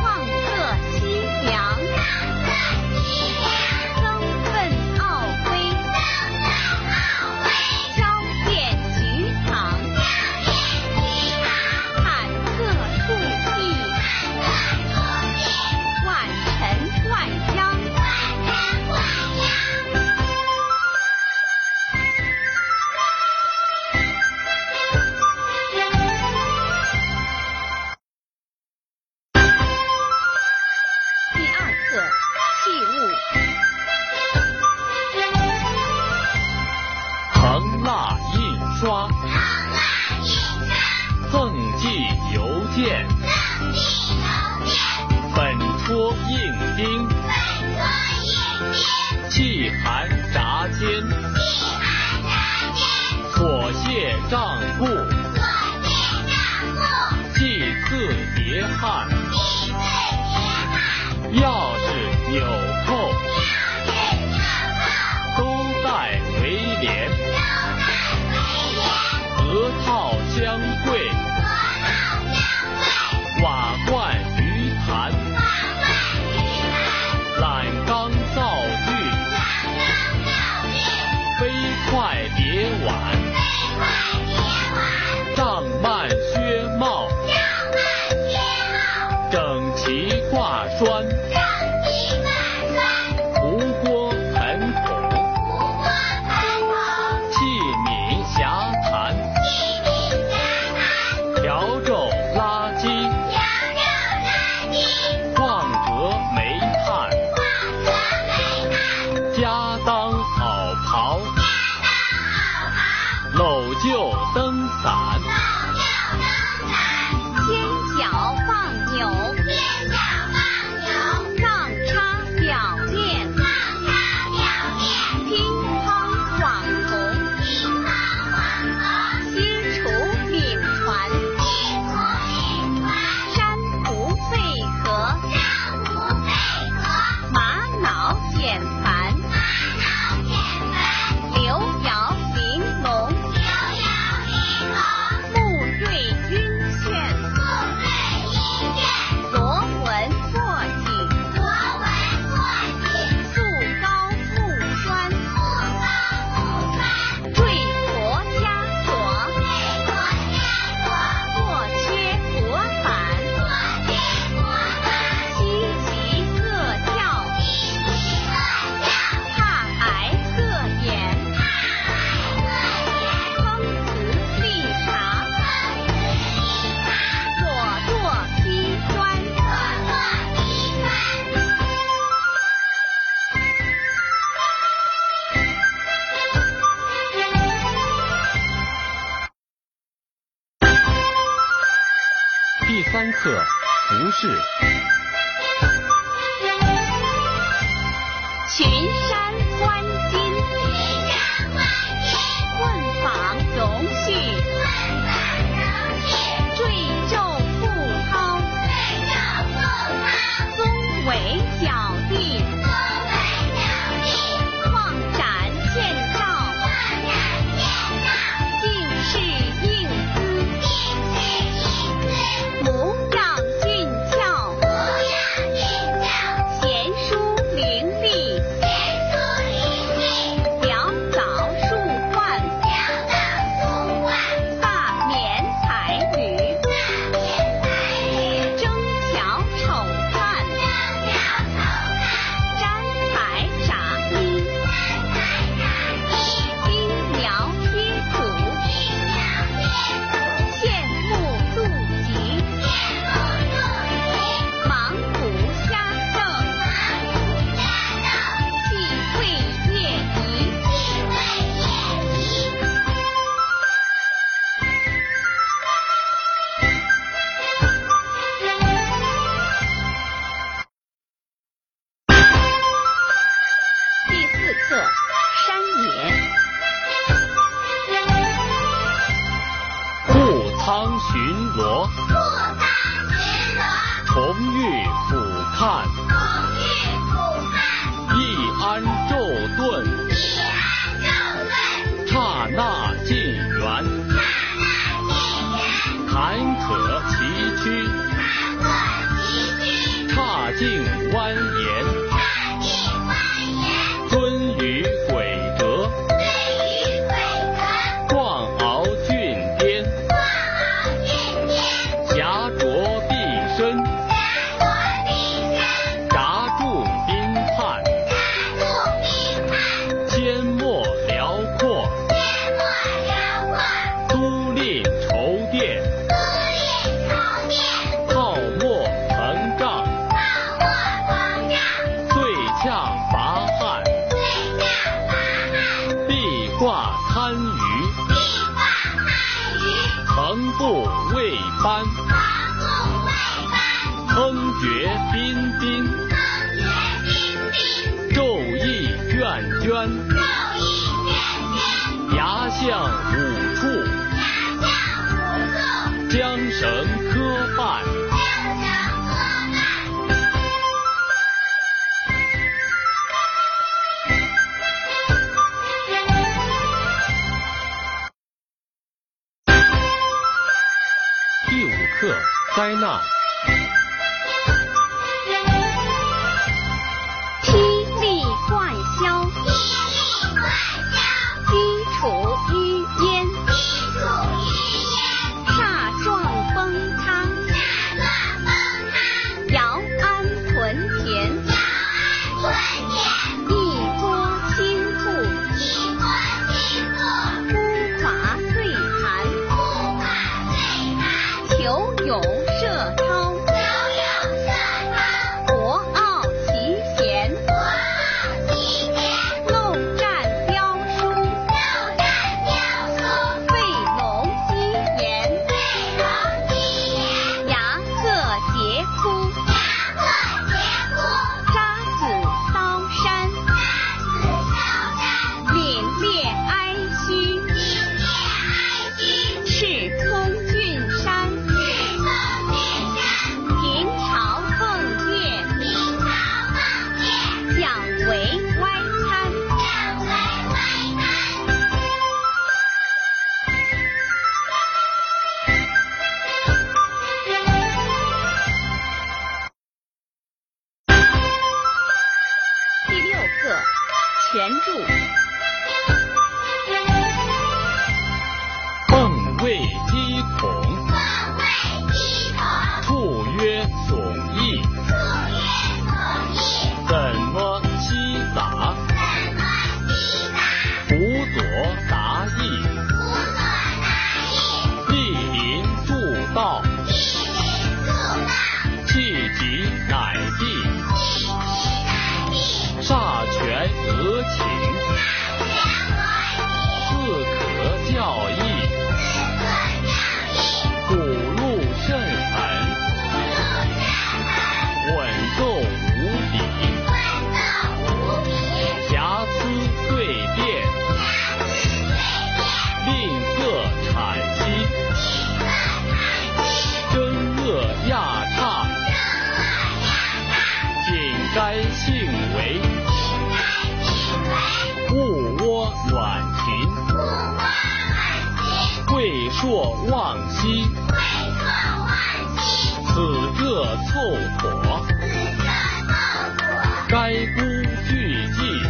创客凄凉，争愤懊悔，朝见菊堂，坎坷处地，万尘万江。第二课，器物。
横捺印刷，赠寄邮件，粉戳硬钉，气寒杂间，所泄障故，祭祀叠汉，钥匙纽扣都带围帘，额套香柜，瓦罐鱼坛，懒缸灶具，飞筷碟碗，帐幔靴帽，整齐挂栓，壶锅盆孔，器皿匣坛，笤帚垃圾，矿折煤炭，家当好袍，搂就灯伞，
尖角放牛，上插表面，乒乓网红，西楚领船，山竹沸河，玛瑙剪盘，刘摇玲珑，穆瑞晕眩，罗纹坐井，素高木栓，坠陀枷锁，坐缺佛板。七级各教，怕癌各眼，风辞立茶，我坐劈砖。
第三课服饰。
群山欢欣，棍坊容旭，坠皱不抛，松尾角地，矿展现照，竟是应姿，模样俊俏，贤淑伶俐，潦草树冠。
Yeah.
康巡逻，
裤裆巡逻，
同御俯瞰，
同欲不犯，
易安昼顿，
一安正论，
刹那尽圆，
刹那尽
坎坷崎岖，
圆，坎坷崎岖，
踏尽蜿蜒，
大地蜿蜒，
谆谀诡谲，
对于鬼则
壮敖俊颠，
光傲俊天，
侠浊毕生，
家
闸
国必胜，
住滨汉，
大肚必汉，
阡陌辽阔，
天莫辽阔。
都令绸甸，
四列朝殿，泡沫
泡沫膨胀，
膨胀，
对呛伐汉，
对象法汉，
壁挂堪舆，
壁挂汉语，
横布未斑，
长路外班，
烹决彬彬，
更觉彬彬，
昼意卷卷，
肉意卷
牙象五处，
卷，牙象无
缰
数，
绳磕绊，
精神和满，
第五课灾难。
霹雳贯霄，
霹雳贯霄，
基础淤淹，
地处于焉，
煞状崩塌，
大乱崩塌。
姚安屯田，
要安存钱，
一波倾覆，
一波一波，
孤垮碎残，
不怕最难。
球涌射涛，
都有色涛，
国傲其贤，
国傲齐天，
漏战标书，
六战六书，
卫龙基岩，
飞龙一言，
牙硌节枯，
牙破节枯，
渣滓刀山。
杀死萧山，
凛冽哀虚，
凛冽哀居，
赤空峻山，
日风云山，
平朝凤月，
明朝放夜，
蒋为歪参。
两为为难。
第六课，全注。
凤为鸡孔，
凤尾鸡头，
兔曰耸翼，
兔曰左翼，
怎么西打？
怎么西打？
辅佐达意，
辅佐达意，
莅临助道，
莅临助道，
气急乃地，
一敌乃地，
煞权俄顷，
大权和
自可教义，
谐，自可教义，
古路甚狠，
不入战门，
稳重无比，
稳重无比，
瑕疵对变，
瑕疵对变，
吝啬产息，
吝啬残息，
真恶压差，
正恶压榨，
谨该性为，
应该敬为，
勿窝软禽。
不过满勤，
贵硕忘兮，
会做忘记。
此这凑火，
此者奏果，该孤俱寂；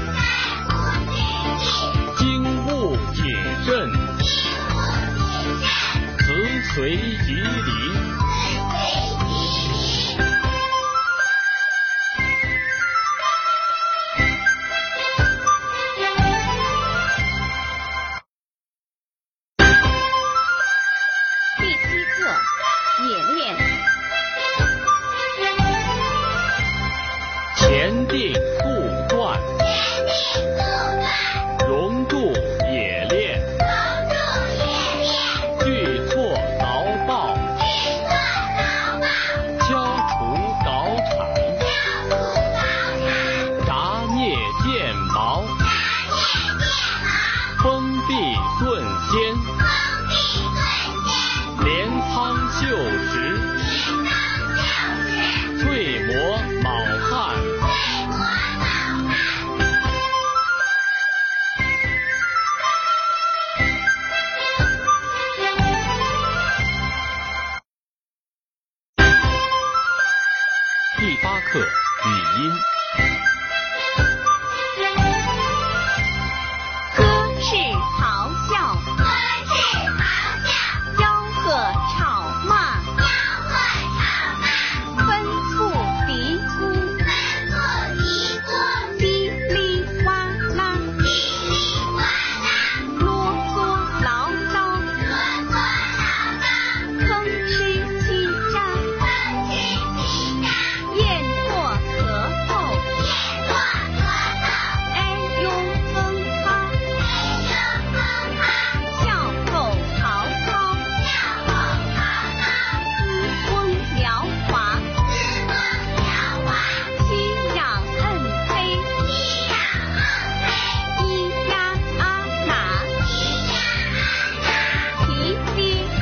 该
该孤俱寂，精
孤俱寂，应
勿谨慎，
无谨慎，
辞随即离。
自随即离。
第七课，冶炼。
前定复断，
天地不断，
熔铸冶炼，
龙柱冶炼，
巨挫凿暴，
巨
第八课语音。
呵是咆哮，吆喝吵骂，分醋嘀咕，叽里哇啦，啰嗦唠叨，吭哧叽喳，雁过壳后，哎呦哼哈，笑口曹操，滋翁辽华，七嚷摁嘿。咿呀啊呐，啼鳖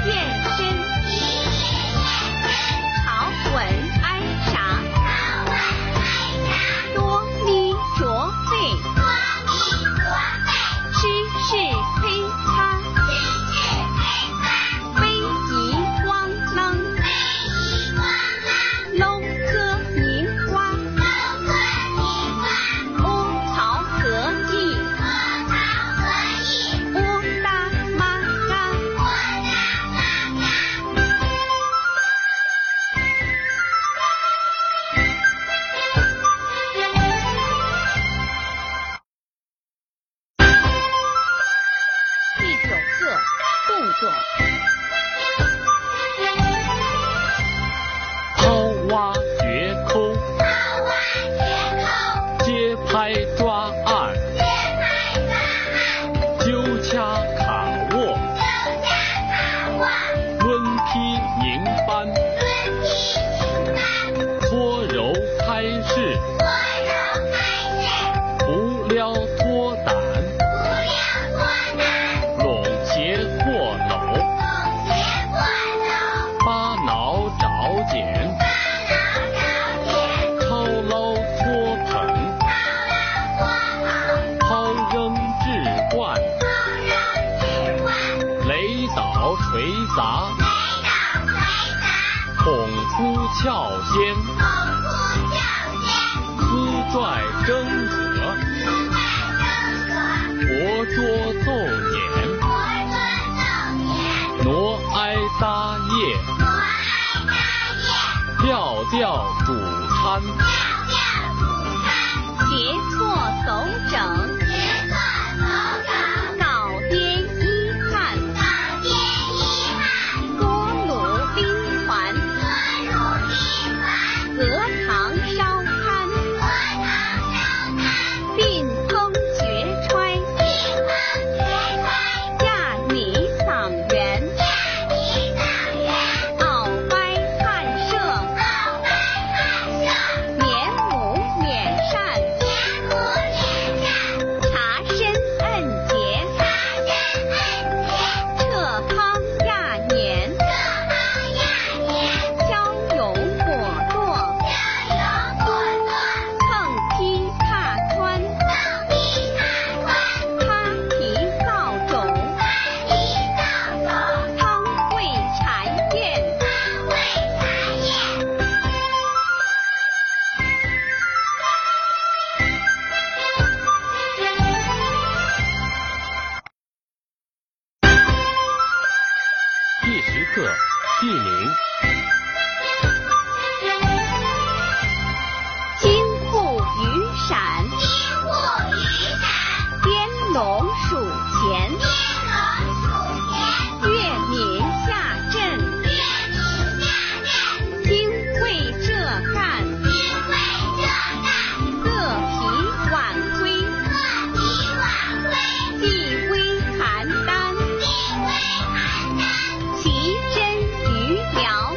燕身，草滚哀啥，多咪浊吠，知是黑叉，飞移汪楞，搂哥泥瓜，乌桃合意，乌哒嘛哒。第九课动作，
抠挖掘抠，接拍抓按，揪掐卡握，抡劈拧扳，搓揉拍式，扶撩托胆，拢结过篓，扒挠找剪，掏捞搓捧，抛扔置灌，擂倒捶砸，捅扑撬掀，撕拽挣扯，活捉揍撵。挪挨搭叶，调调主餐，
截错手整，搞颠一看，锅炉冰环，鹅肠烧摊，并烹绝揣，压泥嗓园，鳌掰汉舍，绵母免扇，茶身摁结，撤康压年，交融果落，横劈踏穿，趴蹄扫冢。汤桂蝉宴，
第十课地名，
金步雨伞，颠龙数钱，月敏下阵，金会这干，各皮挽归，地威邯郸，奇珍余苗，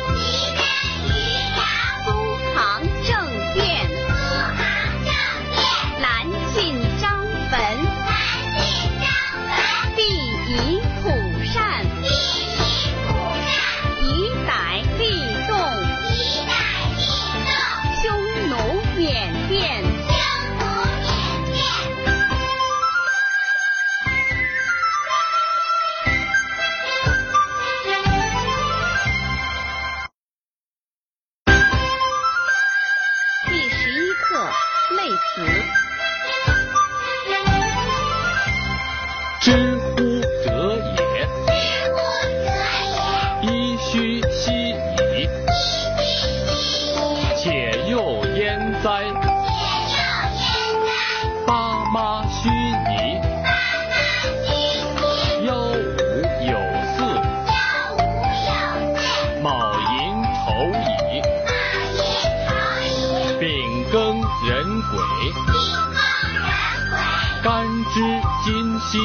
溪，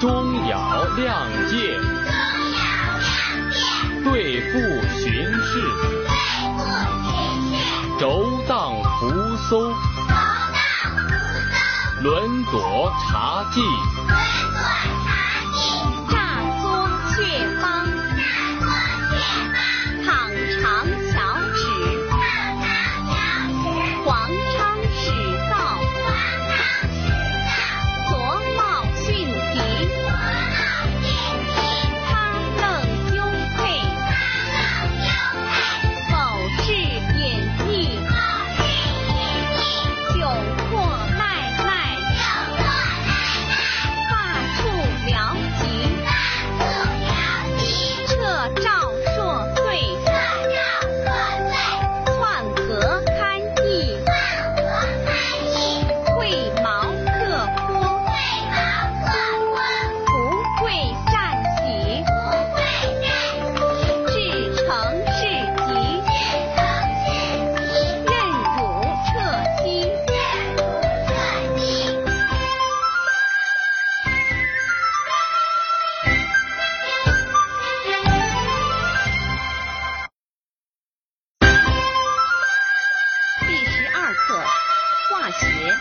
终了亮界，对付巡视，轴当扶搜，轮朵茶记，
乍作雀方，躺长小指，黄昌使道，左抱迅蹄，他愣优佩，否是隐逸，久阔赖赖，发处辽吉，这赵硕对，篡格堪异，会毛克波。不贵善喜，至诚至极，任汝彻息。第十二课，化学。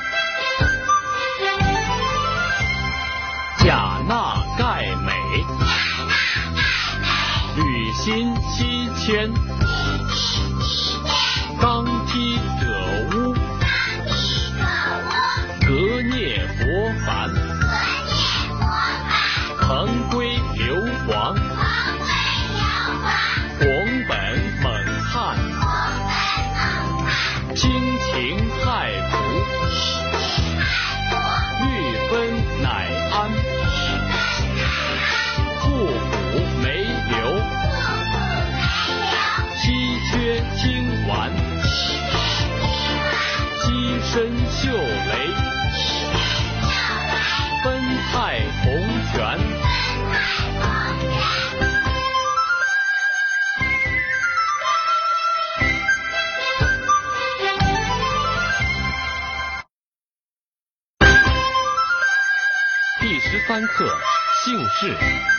贾纳盖美，履新西迁，刚愎者乌，革聂伯凡，腾归流亡，广本猛汉，亲秦太仆。欲分乃安，互补梅流，七缺金丸，鸡身秀雷，分太红拳。第十三课姓氏。